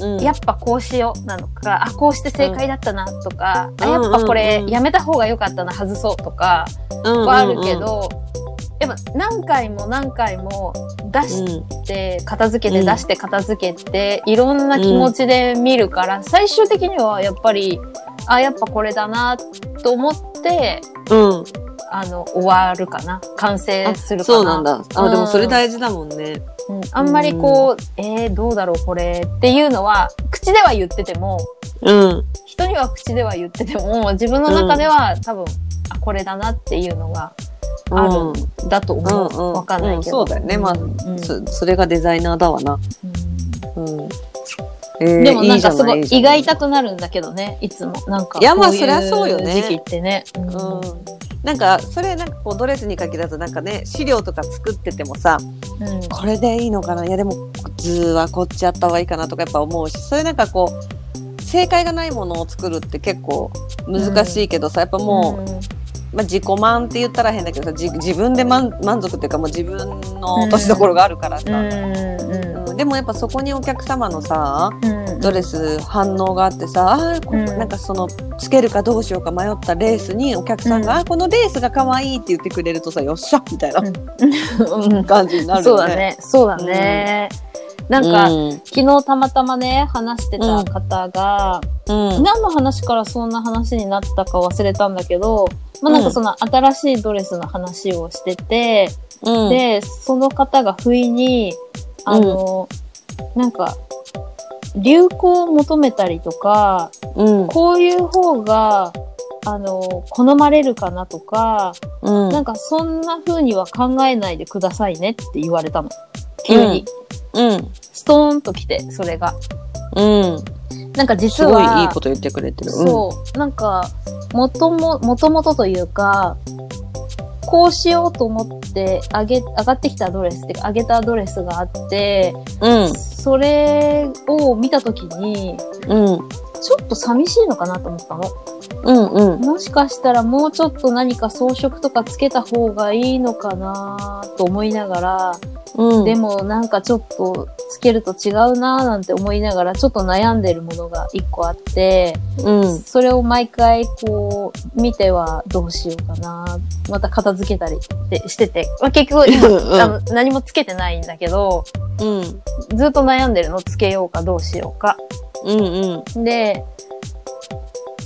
Speaker 1: うん
Speaker 2: やっぱこうしようなのかあこうして正解だったなとか、あやっぱこ
Speaker 1: うんうん
Speaker 2: れ
Speaker 1: うん
Speaker 2: やめた方が良かったな外そうとかはあるけど、やっぱ何回も何回も出
Speaker 1: うんうん
Speaker 2: し
Speaker 1: うん
Speaker 2: て片付けて、
Speaker 1: うん
Speaker 2: 出して片付けていろんな気持ちで見るから、最終的にはやっぱりあやっぱこれだなと思って
Speaker 1: うん、
Speaker 2: あの終わるかな完成
Speaker 1: あ
Speaker 2: するかな。
Speaker 1: そうなんだあ、
Speaker 2: うん
Speaker 1: でもそれ大事だもんね
Speaker 2: うん、あんまりこう、えー、どうだろうこれっていうのは、口では言ってても、
Speaker 1: うん
Speaker 2: 人には口では言ってても、自分の中では多分、あ、これだなっていうのが、ある
Speaker 1: うん
Speaker 2: だと思う。
Speaker 1: うんうん
Speaker 2: わかんないけど。
Speaker 1: うんそうだよねまあ
Speaker 2: うんうん
Speaker 1: そそれがデザイナーだわな、
Speaker 2: うん
Speaker 1: うんえー
Speaker 2: でもなんか
Speaker 1: いい
Speaker 2: す
Speaker 1: じゃ
Speaker 2: ごい胃
Speaker 1: じゃ
Speaker 2: が
Speaker 1: な
Speaker 2: 痛くなるんだけどね、いつも。なんか。
Speaker 1: いやまあ
Speaker 2: こう
Speaker 1: そりゃそうよね
Speaker 2: 時期ってね。うん
Speaker 1: うんなんかそれなんかこうドレスに限らずなんかね資料とか作っててもさ
Speaker 2: うん
Speaker 1: これでいいのかないやでも図はこっちやった方がいいかなとかやっぱ思うしそういうなんかこう正解がないものを作るって結構難しいけどさ、やっぱもう、まあ、自己満って言ったら変だけどさ自自分で満満足っていうかもう自分の落としどころがあるから
Speaker 2: うん、
Speaker 1: さ、
Speaker 2: うん、うん
Speaker 1: うんでもやっぱそこにお客様のさ
Speaker 2: うん、
Speaker 1: ドレス反応があってさあーこ
Speaker 2: うん
Speaker 1: なんかそのつけるかどうしようか迷ったレースにお客さんが「
Speaker 2: うん
Speaker 1: あーこのレースが可愛いって言ってくれるとさよっしゃみたいな
Speaker 2: うん
Speaker 1: 感じになる
Speaker 2: *laughs* そう
Speaker 1: よ
Speaker 2: だ
Speaker 1: ね。
Speaker 2: ね、そうだね。なんか、
Speaker 1: うん
Speaker 2: 昨日たまたまね、話してた方が、
Speaker 1: うん
Speaker 2: 何の話からそんな話になったか忘れたんだけど、まあ、なんかその新しいドレスの話をしてて、
Speaker 1: うん
Speaker 2: で、その方が不意に、あの、なんか、流行を求めたりとか、
Speaker 1: うん
Speaker 2: こういう方が、あの、好まれるかなとか、
Speaker 1: うん
Speaker 2: なんかそんな風には考えないでくださいねって言われたの。急に。
Speaker 1: うん
Speaker 2: ストーンと来て、それが。
Speaker 1: うん
Speaker 2: なんか
Speaker 1: す
Speaker 2: 実
Speaker 1: ご
Speaker 2: は、
Speaker 1: いいいこと言ってくれてる。
Speaker 2: そう、なんか、もとも、もともとというか、こうしようと思って、上げ、上がってきたドレスっていうか、上げたドレスがあって、
Speaker 1: うん
Speaker 2: それを見たときに、
Speaker 1: うん
Speaker 2: ちょっと寂しいのかなと思ったの。
Speaker 1: うんうん
Speaker 2: もしかしたらもうちょっと何か装飾とかつけた方がいいのかなと思いながら、
Speaker 1: うん
Speaker 2: でもなんかちょっとつけると違うなーなんて思いながらちょっと悩んでるものが一個あって、
Speaker 1: うん
Speaker 2: それを毎回こう見てはどうしようかなまた片付けたりってしてて、まあ、結局今、あの何もつけてないんだけど
Speaker 1: うん
Speaker 2: ずっと悩んでるのつけようかどうしようか。
Speaker 1: うん
Speaker 2: で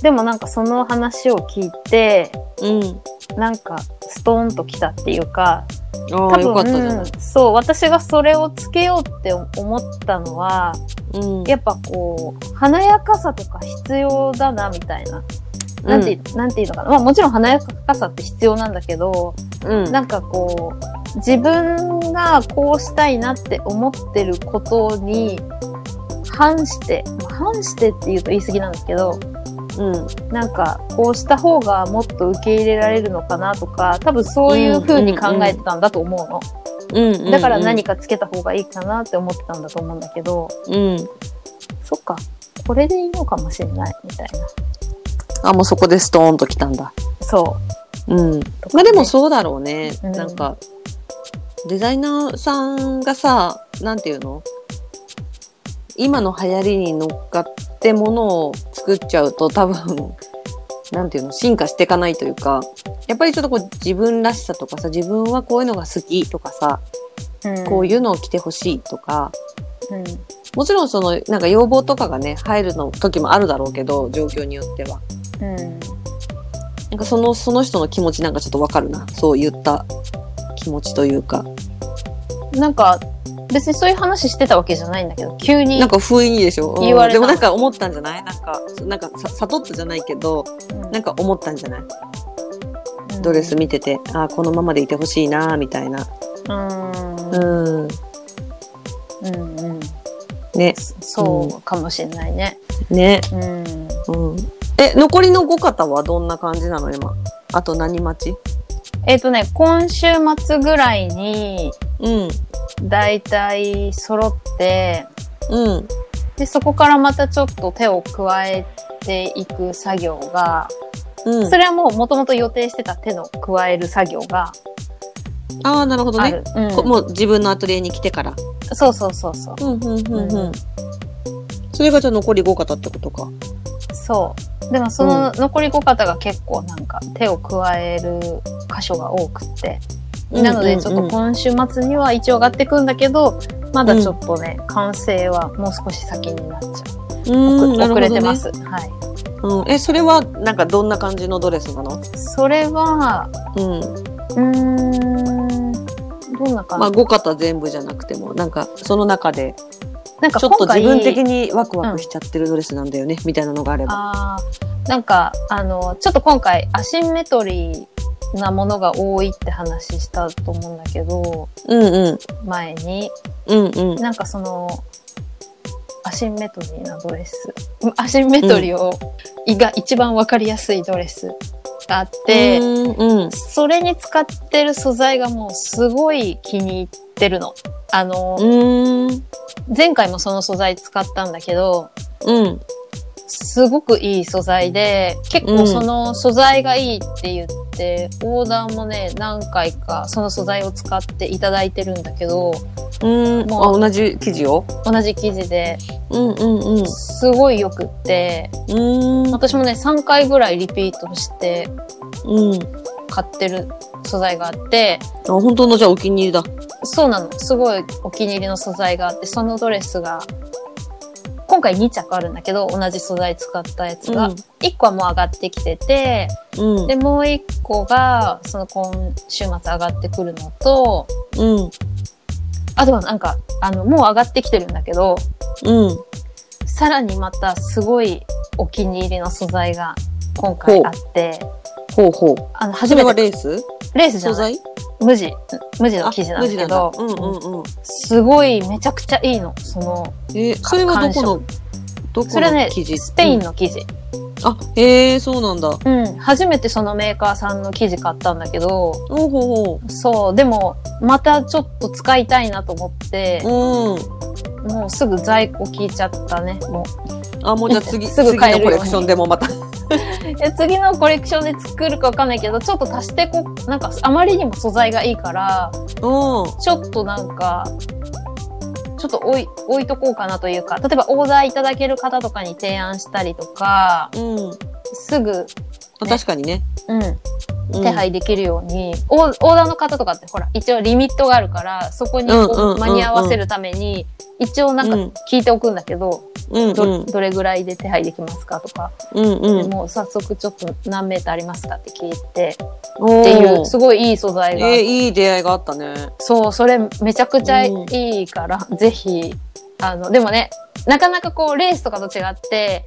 Speaker 2: でもなんかその話を聞いて
Speaker 1: うん
Speaker 2: なんかストーンときたっていうか
Speaker 1: ああよかったじゃない。
Speaker 2: うんそう私がそれをつけようって思ったのは
Speaker 1: うん
Speaker 2: やっぱこう華やかさとか必要だなみたいななんて、なんていうのかな。まあもちろん華やかさって必要なんだけど、
Speaker 1: うん
Speaker 2: なんかこう、自分がこうしたいなって思ってることに反して、まあ反してって言うと言い過ぎなんですけど、
Speaker 1: うん
Speaker 2: なんかこうした方がもっと受け入れられるのかなとか、多分そういう風に考えてたんだと思うの。
Speaker 1: うん
Speaker 2: だから何かつけた方がいいかなって思ってたんだと思うんだけど、
Speaker 1: うん
Speaker 2: そっか、これでいいのかもしれないみたいな。
Speaker 1: あもうそこでストーンときたんだ
Speaker 2: そう。
Speaker 1: うん
Speaker 2: とか
Speaker 1: まあ
Speaker 2: ね
Speaker 1: でもそうだろうね、
Speaker 2: うん
Speaker 1: なんかデザイナーさんがさなんていうの今の流行りに乗っかってものを作っちゃうと多分 *laughs* なんていうの進化していかないというかやっぱりちょっとこう自分らしさとかさ自分はこういうのが好きとかさ、こういうのを着てほしいとか
Speaker 2: うん。うん
Speaker 1: もちろんそのなんか要望とかがね入るの時もあるだろうけど状況によっては
Speaker 2: うん
Speaker 1: なんかそのその人の気持ちなんかちょっとわかるなそう言った気持ちというか
Speaker 2: なんか、別にそういう話してたわけじゃないんだけど、急に。
Speaker 1: なんか不意にでしょ、うん
Speaker 2: 言われ
Speaker 1: で
Speaker 2: た
Speaker 1: もなんか思ったんじゃないなんかそなんかさ悟ったじゃないけど
Speaker 2: うん
Speaker 1: なんか思ったんじゃないドレス見てて、ああこのままでいてほしいなみたいな
Speaker 2: うん。うん。
Speaker 1: うん
Speaker 2: うんうん
Speaker 1: ね
Speaker 2: そうかもしれないね。
Speaker 1: ね
Speaker 2: うん。
Speaker 1: うんえ残りの5方はどんな感じなの今あと何待ち
Speaker 2: えっ、とね、今週末ぐらいに、
Speaker 1: うん
Speaker 2: だいたい揃って、
Speaker 1: うん
Speaker 2: で、そこからまたちょっと手を加えていく作業が、
Speaker 1: うん
Speaker 2: それはもう元々予定してた手の加える作業が
Speaker 1: ああなるほど
Speaker 2: あ
Speaker 1: ね
Speaker 2: る。うん
Speaker 1: こもう自分のアトリエに来てから
Speaker 2: そうそうそうそう。
Speaker 1: うんうんうんう
Speaker 2: うん
Speaker 1: んそれがじゃあ残り5方ってことか
Speaker 2: そう。でもその残り5方が結構なんか手を加える箇所が多くって。なのでちょっと今週末には一応上がってくんだけど、まだちょっとね、完成はもう少し先になっちゃう。
Speaker 1: うん
Speaker 2: 遅遅れてま。
Speaker 1: うんなる
Speaker 2: す。はい。
Speaker 1: ほどねうん、え、それは、なんかどんな感じのドレスなの
Speaker 2: それは、
Speaker 1: うん。
Speaker 2: うーん、どんな
Speaker 1: まあ、
Speaker 2: 感じ、
Speaker 1: 5型全部じゃなくても、なんか、その中で、
Speaker 2: なんか
Speaker 1: ちょっと自
Speaker 2: 今回、
Speaker 1: 分的にワクワクしちゃってるドレスなんだよね、みたいなのがあれば。
Speaker 2: あーなんか、あの、ちょっと今回アシンメトリーなものが多いって話したと思うんだけど、
Speaker 1: うんうん。
Speaker 2: 前に。
Speaker 1: うんうん。
Speaker 2: なんかその、アシンメトリーなドレス。アシンメトリーを、いが一番わかりやすいドレスがあって、
Speaker 1: うんうん。
Speaker 2: それに使ってる素材がもうすごい気に入ってるの。あの、
Speaker 1: うん。
Speaker 2: 前回もその素材使ったんだけど、
Speaker 1: うん。
Speaker 2: すごくいい素材で、結構その素材がいいって言って、オーダーもね、何回かその素材を使っていただいてるんだけど、
Speaker 1: うん。
Speaker 2: もう
Speaker 1: あ、同じ生地を
Speaker 2: 同じ生地で
Speaker 1: うんうんうん。
Speaker 2: すごい良くって、
Speaker 1: うん。
Speaker 2: 私もね、3回ぐらいリピートして
Speaker 1: うん。
Speaker 2: 買ってる素材があって、
Speaker 1: あ、本当のじゃあお気に入りだ。
Speaker 2: そうなの。すごいお気に入りの素材があって、そのドレスが、今回2着あるんだけど、同じ素材使ったやつが、1個はもう上がってきてて、
Speaker 1: うん。うん
Speaker 2: で、もう1個が、その今週末上がってくるのと、
Speaker 1: うん。
Speaker 2: あとはなんか、あの、もう上がってきてるんだけど、
Speaker 1: うん。
Speaker 2: さらにまたすごいお気に入りの素材が今回あって、
Speaker 1: ほうほう。
Speaker 2: あの、初
Speaker 1: 初め
Speaker 2: め
Speaker 1: は
Speaker 2: て
Speaker 1: レース
Speaker 2: レースじゃ
Speaker 1: 素
Speaker 2: ない
Speaker 1: 材
Speaker 2: 無地、無地の
Speaker 1: あ
Speaker 2: 生地なんだけど、
Speaker 1: 無地なんだうんうんうん。
Speaker 2: すごいめちゃくちゃいいの、その、
Speaker 1: えーそれはどこの、どこ
Speaker 2: それはね
Speaker 1: の生地
Speaker 2: スペイン。の生地。
Speaker 1: あ、へえ、そうなんだ。
Speaker 2: うん、初めてそのメーカーさんの生地買ったんだけど、
Speaker 1: おうほう
Speaker 2: そう、でも、またちょっと使いたいなと思って、
Speaker 1: ほう。う
Speaker 2: もうすぐ在庫聞いちゃったね、もう。
Speaker 1: ん。あ、もうじゃあ次、
Speaker 2: すぐ
Speaker 1: 次
Speaker 2: 買え
Speaker 1: の
Speaker 2: るよ
Speaker 1: コ
Speaker 2: う
Speaker 1: レ
Speaker 2: に
Speaker 1: クションでもまた。
Speaker 2: え、次のコレクションで作るかわかんないけど、ちょっと足してこ、なんか、あまりにも素材がいいから、
Speaker 1: うん。
Speaker 2: ちょっとなんか、ちょっと置い、置いとこうかなというか、例えばオーダーいただける方とかに提案したりとか、
Speaker 1: うん。
Speaker 2: すぐ、
Speaker 1: あ確かにね。
Speaker 2: うん、
Speaker 1: うん
Speaker 2: 手配できるように、オーオーダーの方とかってほら一応リミットがあるからそこにこ
Speaker 1: う
Speaker 2: う
Speaker 1: んうんうんうん
Speaker 2: 間に合わせるために一応なんか
Speaker 1: うん
Speaker 2: 聞いておくんだけど、
Speaker 1: うんう
Speaker 2: ど
Speaker 1: ん。
Speaker 2: どれぐらいで手配できますかとか、
Speaker 1: うん
Speaker 2: で
Speaker 1: うん。
Speaker 2: もう早速ちょっと何メーターありますかって聞いて
Speaker 1: お
Speaker 2: っていう
Speaker 1: ー
Speaker 2: すごいいい素材が、
Speaker 1: えー、いい出会いがあったね。
Speaker 2: そうそれめちゃくちゃ
Speaker 1: うん
Speaker 2: いいから、ぜひあのでもねなかなかこうレースとかと違って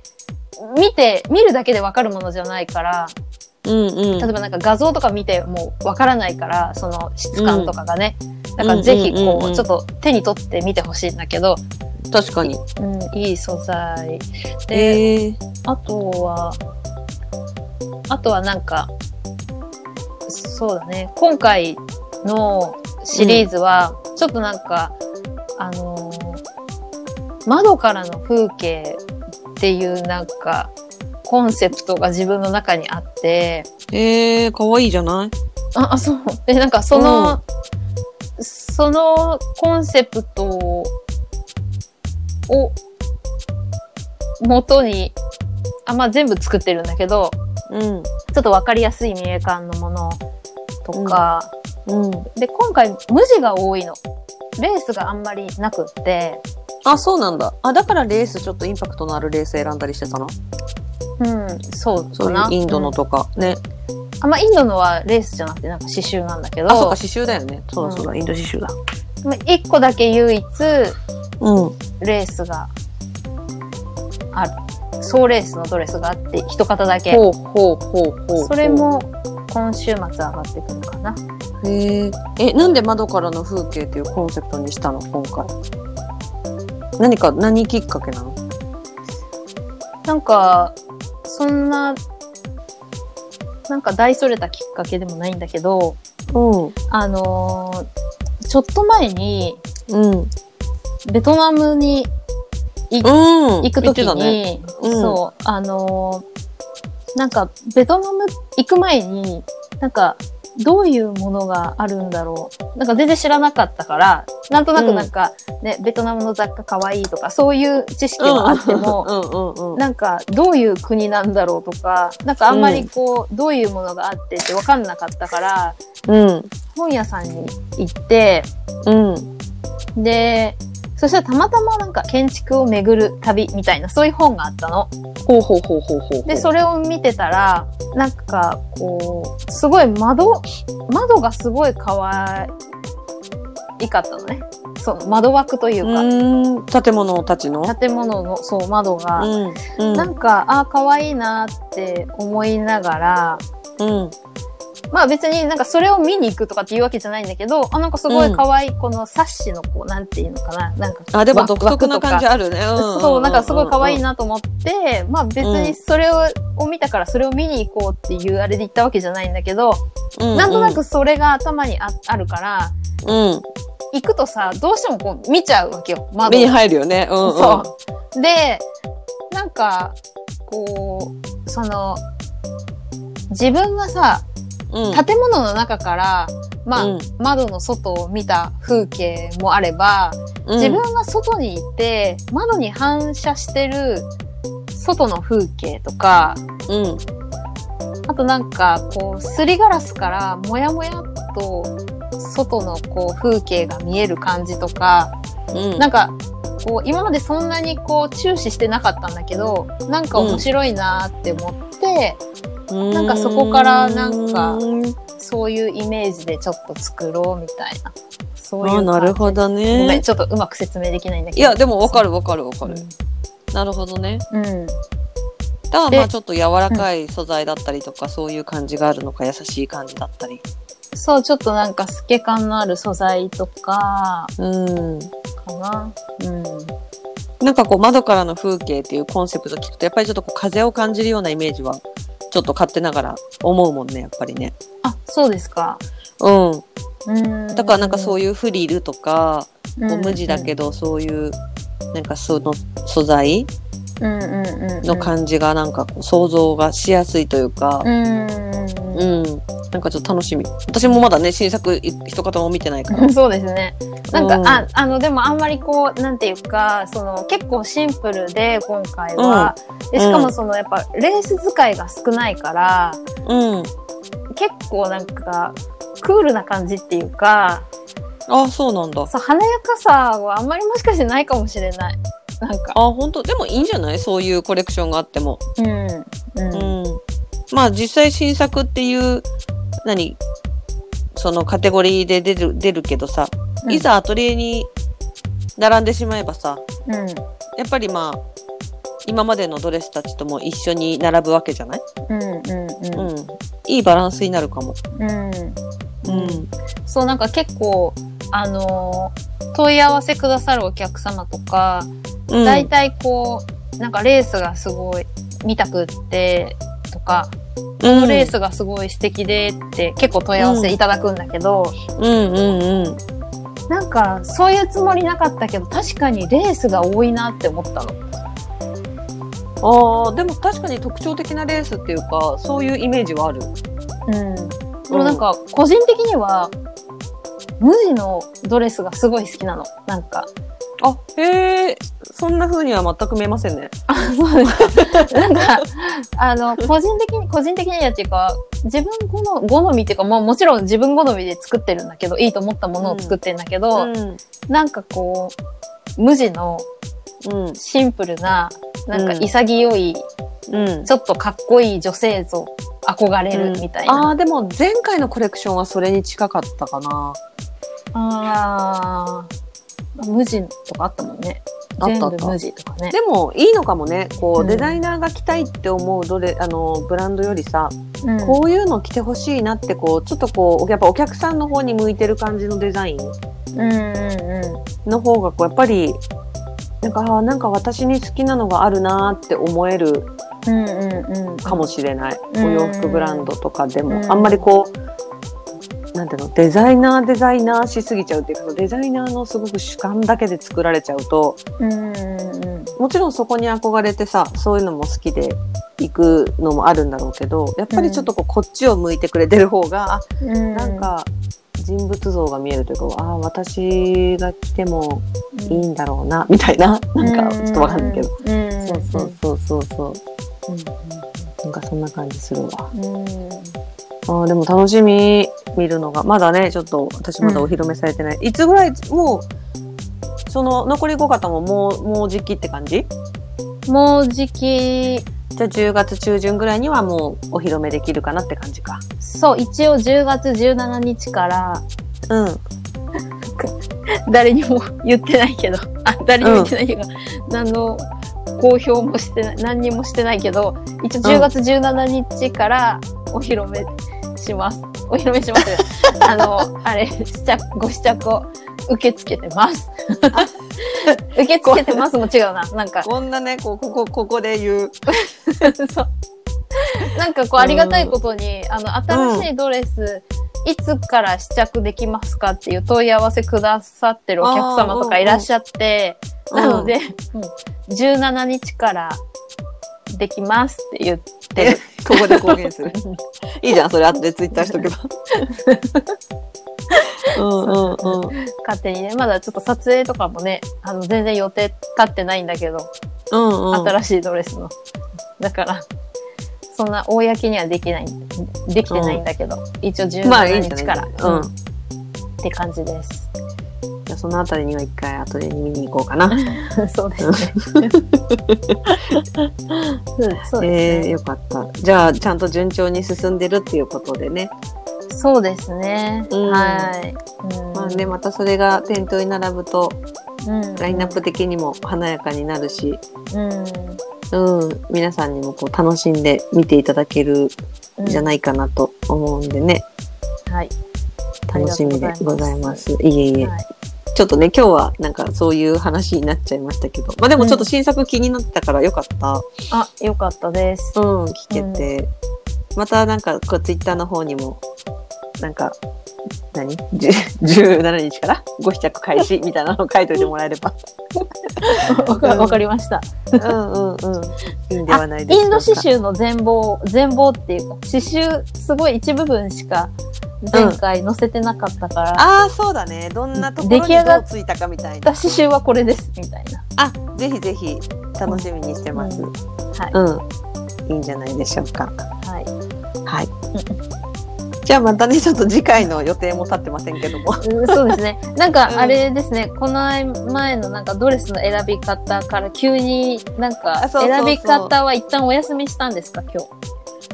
Speaker 2: 見て見るだけでわかるものじゃないから
Speaker 1: うんうん。
Speaker 2: 例えばなんか画像とか見てもうわからないから、その質感とかがね。だからぜひ
Speaker 1: うんうんう
Speaker 2: こ
Speaker 1: んう
Speaker 2: う、
Speaker 1: ん
Speaker 2: ちょっと手に取って見てほしいんだけど、
Speaker 1: 確かに。
Speaker 2: うん、いい素材。で、
Speaker 1: ええ。
Speaker 2: あとは、あとはなんか、そうだね、今回のシリーズは、ちょっとなんか、あのー窓からの風景っていうなんか、コンセプトが自分の中にあって、
Speaker 1: ええ、かわいいじゃない
Speaker 2: あ、あそう。で、なんかその、そのコンセプトを、元に、あ、まあ全部作ってるんだけど、
Speaker 1: うん。
Speaker 2: ちょっとわかりやすい見え感のものとか、
Speaker 1: うん。
Speaker 2: で、今回無地が多いの。レースがあんまりなくって、
Speaker 1: あ、そうなんだ。あ、だからレース、ちょっとインパクトのあるレース選んだりしてたの
Speaker 2: うん、そう
Speaker 1: そ
Speaker 2: か
Speaker 1: うい
Speaker 2: な。
Speaker 1: うインドの
Speaker 2: うん
Speaker 1: とか。ね。
Speaker 2: あ、まあインドのはレースじゃなくてなんか刺繍なんだけど、
Speaker 1: あ、そうか、刺繍だよね。そうだそうだ、インド刺繍だ。
Speaker 2: まあ一個だけ唯一、
Speaker 1: うん。
Speaker 2: レースがある総レースのドレスがあって一方だけ
Speaker 1: ほうほうほうほう。
Speaker 2: それ。も今週末上がってくるかな
Speaker 1: へえ。え、なんで窓からの風景っていうコンセプトにしたの今回。何か、何きっかけなの
Speaker 2: なんかそんななんか大それたきっかけでもないんだけどあのーちょっと前に
Speaker 1: うん。うん。
Speaker 2: ベトナムに
Speaker 1: うん。
Speaker 2: 行く時
Speaker 1: 言ってた
Speaker 2: に、
Speaker 1: ね。うん
Speaker 2: そうあのーなんかベトナム行く前になんかどういうものがあるんだろうなんか全然知らなかったからなんとなくなんか、ねベトナムの雑貨かわいいとかそういう知識はあっても、
Speaker 1: うんうんうん。
Speaker 2: なんかどういう国なんだろうとかなんかあんまりこう、どういうものがあってって分かんなかったから
Speaker 1: うん。
Speaker 2: 本屋さんに行って
Speaker 1: うん。
Speaker 2: でそしたらたまたまなんか建築を巡る旅みたいなそういう本があったの。
Speaker 1: ほうほうほうほうほう。
Speaker 2: で、それを見てたら、なんか、こう、すごい窓、窓がすごい可愛かったのね。その窓枠といううか、
Speaker 1: ーん。建物たちの
Speaker 2: 建物の、そう、窓が、
Speaker 1: うん。うん。
Speaker 2: なんか、ああ、可愛いなって思いながら、
Speaker 1: うん。
Speaker 2: まあ別になんかそれを見に行くとかっていうわけじゃないんだけど、あ、なんかすごい可愛い、このサッシのこう、なんていうのかな、なんか、
Speaker 1: あ、でも
Speaker 2: わ
Speaker 1: 独特な
Speaker 2: 枠とか
Speaker 1: 感じあるね。
Speaker 2: そう、なんかすごい可愛い
Speaker 1: な。
Speaker 2: なと思って、まあ別にそれをを見たからそれを見に行こうっていうあれで行ったわけじゃないんだけど、
Speaker 1: うう
Speaker 2: なんとなく、それが頭にああるから、
Speaker 1: うん。
Speaker 2: 行くとさ、どうしてもこう見ちゃうわけよ、窓
Speaker 1: 目に入るよね。うん、うん。
Speaker 2: そう。で、なんか、こう、その、自分がさ、
Speaker 1: うん。
Speaker 2: 建物の中から、まあ、
Speaker 1: うん
Speaker 2: 窓の外を見た風景もあれば、自分が外にいて、窓に反射してる外の風景とか、
Speaker 1: うん、うん。
Speaker 2: あとなんか、こう、すりガラスからもやもやっと外のこう風景が見える感じとか、
Speaker 1: うん。
Speaker 2: なんか、こう、今までそんなにこう注視してなかったんだけど、なんか面白いなーって思って、なんかそこからなんかそういうイメージでちょっと作ろうみたいな。そういう
Speaker 1: あ
Speaker 2: 感じ
Speaker 1: なるほど
Speaker 2: ごめん、
Speaker 1: ね。
Speaker 2: ちょっとうまく説明できないんだけど。
Speaker 1: いや、でもわかるわかるわか
Speaker 2: うん
Speaker 1: る。なるほどね。
Speaker 2: うん。
Speaker 1: だから
Speaker 2: で
Speaker 1: まあちょっと柔らかい素材だったりとか、そういう感じがあるのか優しい感じだったり。
Speaker 2: そう、ちょっとなんか透け感のある素材とか、
Speaker 1: うん。
Speaker 2: かな。うん。
Speaker 1: なんかこう窓からの風景っていうコンセプト聞くとやっぱりちょっとこう風を感じるようなイメージはちょっと勝手ながら思うもんねやっぱりね。
Speaker 2: あ、そうですか。
Speaker 1: うん。
Speaker 2: うん。
Speaker 1: だからなんかそう
Speaker 2: い
Speaker 1: いうフリルとか、
Speaker 2: う
Speaker 1: こう無地だけ
Speaker 2: ど、
Speaker 1: どそういうなんかその素材
Speaker 2: うんうんうん。
Speaker 1: の感じがなんかこう想像がしやすいというか、
Speaker 2: うん
Speaker 1: う。ん、なんかちょっと楽しみ。私もまだね新作い一方も見てないから。
Speaker 2: そうですね。なんか、
Speaker 1: うん
Speaker 2: あ、あの、でもあんまりこう、なんていうか、その、結構シンプルで、今回は。で、しかもその、やっぱ、レース使いが少ないから、
Speaker 1: うん。
Speaker 2: 結構なんか、クールな感じっていうか、
Speaker 1: あそうなんだ。
Speaker 2: そう、華やかさはあんまりもしかしてないかもしれない。なんか。
Speaker 1: あ本当でもいいんじゃないそういうコレクションがあっても。
Speaker 2: うん。うん。
Speaker 1: うん、まあ実際新作っていう何そのカテゴリーで出る出るけどさ、
Speaker 2: うん
Speaker 1: い。ざアトリエに並んでしまえばさ
Speaker 2: うん。
Speaker 1: やっぱりまあ今までのドレスたちとも一緒に並ぶわけじゃない、
Speaker 2: うん。うん。
Speaker 1: う
Speaker 2: うん
Speaker 1: ん、いいバランスになるかも。
Speaker 2: うん。
Speaker 1: うん
Speaker 2: そう、なんか結構、あのー問い合わせくださるお客様とか、
Speaker 1: うん
Speaker 2: 大体こう、なんかレースがすごい見たくって、とか、
Speaker 1: うん
Speaker 2: レースがすごい素敵でって結構問い合わせいただくんだけど、
Speaker 1: うんうんうん。
Speaker 2: なんかそういうつもりなかったけど、確かにレースが多いなって思ったの。
Speaker 1: ああでも確かに特徴的なレースっていうかそういうイメージはある。
Speaker 2: うん。でもなんか個人的には、無地のドレスがすごい好きなの。なんか。
Speaker 1: あへえそんな風には全く見えませんね。
Speaker 2: そうですか。なんか、あの、個人的に、個人的にやっていうか、自分好み好みっていうか、もうもちろん自分好みで作ってるんだけど、いいと思ったものを作ってるんだけど、
Speaker 1: ん
Speaker 2: なんかこう、無地の
Speaker 1: うん
Speaker 2: シンプルな、なんか
Speaker 1: うん
Speaker 2: 潔い、
Speaker 1: うん
Speaker 2: ちょっとかっこいい女性像、憧れるみたい
Speaker 1: あ
Speaker 2: な。
Speaker 1: あーでも前回のコレクションはそれに近かったかな
Speaker 2: ああー無地とかあったもんね。
Speaker 1: あったあ
Speaker 2: 全
Speaker 1: った
Speaker 2: 部無地とかね。
Speaker 1: でもいいのかもねこ
Speaker 2: うん
Speaker 1: うデザイナーが着たいって思うどれあのブランドよりさ、
Speaker 2: うん
Speaker 1: こういうの着てほしいなってこうちょっとこうやっぱお客さんの方に向いてる感じのデザイン
Speaker 2: うんうんう
Speaker 1: の方がこうやっぱりなんかあーなんか私に好きなのがあるなーって思える
Speaker 2: ん。うんうんうん。
Speaker 1: かもしれない、
Speaker 2: うん
Speaker 1: お洋服ブランドとかでも、
Speaker 2: うん
Speaker 1: あんまりこうなんていうのデザイナーデザイナーしすぎちゃうっていうかデザイナーのすごく主観だけで作られちゃうと
Speaker 2: うんうんうん。
Speaker 1: もちろんそこに憧れてさそういうのも好きで行くのもあるんだろうけどやっぱりちょっとこうこっちを向いてくれてる方が、あ
Speaker 2: な
Speaker 1: なん、か人物像が見えるというかああ私が来てもいいんだろうな、みたいななんかちょっとわかんないけど、
Speaker 2: うんうんうん。
Speaker 1: そうそうそうそうそう
Speaker 2: うんうん
Speaker 1: なんかそんな感じするわ。
Speaker 2: うん。うん
Speaker 1: ああ、でも楽しみ、見るのが。まだね、ちょっと、私まだお披露目されてない。いつぐらい、もう、その、残り5方ももう、もう時期って感じ
Speaker 2: もうじき、
Speaker 1: じゃあ10月中旬ぐらいにはもうお披露目できるかなって感じか。
Speaker 2: そう、一応10月17日から、 *laughs*
Speaker 1: うん。
Speaker 2: 誰にも言ってないけど、あ、誰にも言ってないけど、何の公表もしてない、何にもしてないけど、一応10月17日からお披露目します。お披露目
Speaker 1: *laughs*
Speaker 2: します。あの、あれ、試着、ご試着を受け付け
Speaker 1: *laughs*
Speaker 2: てます。受け付けてますも違うな。なんか、
Speaker 1: こんなね、こう、ここ、ここで言う。
Speaker 2: *laughs* そう。なんかこうありがたいことに、あの新しいドレスいつから試着できますかっていう問い合わせくださってるお客様とかいらっしゃって、
Speaker 1: うんうんうん *laughs*
Speaker 2: なので、もう17日からできますって言ってる。
Speaker 1: ここで公言する。 *laughs* いいじゃん、それ後でツイッターしとけば。 *laughs* うんうんうん。
Speaker 2: *laughs* 勝手にね、まだちょっと撮影とかもね、あの、全然予定立ってないんだけど、
Speaker 1: うんうん。
Speaker 2: 新しいドレスの。だから、そんな公にはできない、できてないんだけど、一応
Speaker 1: まあいいん
Speaker 2: 17
Speaker 1: じゃない
Speaker 2: 日から、
Speaker 1: うん
Speaker 2: って感
Speaker 1: *laughs*
Speaker 2: じです。
Speaker 1: じゃあそのあたりには一回後で見に行こうかな。
Speaker 2: そうですね。うんそう
Speaker 1: え
Speaker 2: で
Speaker 1: ー、
Speaker 2: すね。
Speaker 1: よかった。じゃあ、ちゃんと順調に進んでるっていうことでね。
Speaker 2: そうですね。
Speaker 1: うん
Speaker 2: はい。うん
Speaker 1: まあね、またそれが店頭に並ぶと、
Speaker 2: うん
Speaker 1: ラインナップ的にも華やかになるし、
Speaker 2: う
Speaker 1: うん、皆さんにもこう楽しんで見ていただけるん
Speaker 2: ん。。
Speaker 1: じゃないいかなと思うんでね、
Speaker 2: はい。うん
Speaker 1: 楽しみでございます。いえいえ、
Speaker 2: はい
Speaker 1: ちょっとね、今日はなんかそういう話になっちゃいましたけど、まあでもちょっと新作気になったからよかった。
Speaker 2: あ、よかったです。
Speaker 1: うん、聞けて。またなんか、こう、ツイッターの方にも、なんか、何じゅ ?17 日からご試着開始みたいなのを書いといてもらえれば。
Speaker 2: わかわかりました。
Speaker 1: うんうんうん。いいんではないでしょうか。
Speaker 2: インド刺繍の全貌、全貌っていうか、刺繍すごい一部分しか前回載せてなかったから、
Speaker 1: ああ、そうだね。どんなところに
Speaker 2: 出来上が
Speaker 1: ど
Speaker 2: っ
Speaker 1: うついたかみたい
Speaker 2: あ
Speaker 1: な。
Speaker 2: 刺繍はこれです、みたいな。
Speaker 1: あ、ぜひぜひ楽しみにしてます。
Speaker 2: う
Speaker 1: うん
Speaker 2: ん。はい。
Speaker 1: いいんじゃないでしょうか。
Speaker 2: はい。
Speaker 1: はい。じゃあまたね、ちょっと次回の予定も立ってませんけども。
Speaker 2: うんそうですね。なん
Speaker 1: うん
Speaker 2: か、あれですね、この前のなんかドレスの選び方から急になん
Speaker 1: あ
Speaker 2: か、
Speaker 1: そうそうそう
Speaker 2: 選び方は一旦お休みしたんですか、今日。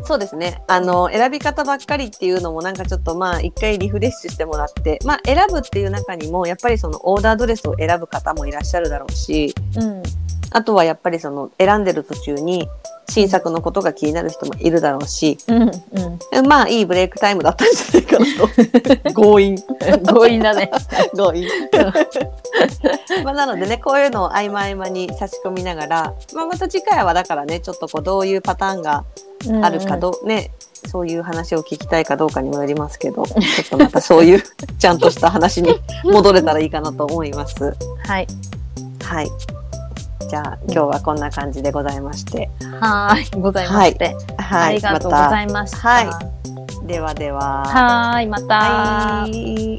Speaker 1: そうですね。あの、選び方ばっかりっていうのもなんかちょっとまあ一回リフレッシュしてもらって、まあ選ぶっていう中にもやっぱりそのオーダードレスを選ぶ方もいらっしゃるだろうし、
Speaker 2: うん。
Speaker 1: あとはやっぱりその選んでる途中に新作のことが気になる人もいるだろうし、
Speaker 2: うん。うん。
Speaker 1: まあいいブレイクタイムだったんじゃないかな *laughs* と。強引。
Speaker 2: 強引だね。
Speaker 1: 強引。 *laughs* まあなのでね、こういうのを合間合間に差し込みながら、まあまた次回はだからね、ちょっとこうどういうパターンがあるか
Speaker 2: う
Speaker 1: どう、ね、そういう話を聞きたいかどうかにもよりますけど、ちょっとまたそう
Speaker 2: *laughs*
Speaker 1: いうちゃんとした話に戻れたらいいかなと思います。
Speaker 2: んうん。はい。
Speaker 1: はい。じゃあ今日はこんな感じでございまして。
Speaker 2: はーい。ございまして。
Speaker 1: は
Speaker 2: あ
Speaker 1: い。
Speaker 2: りがとうございました。
Speaker 1: はいではでは。
Speaker 2: はーい、また。
Speaker 1: はい。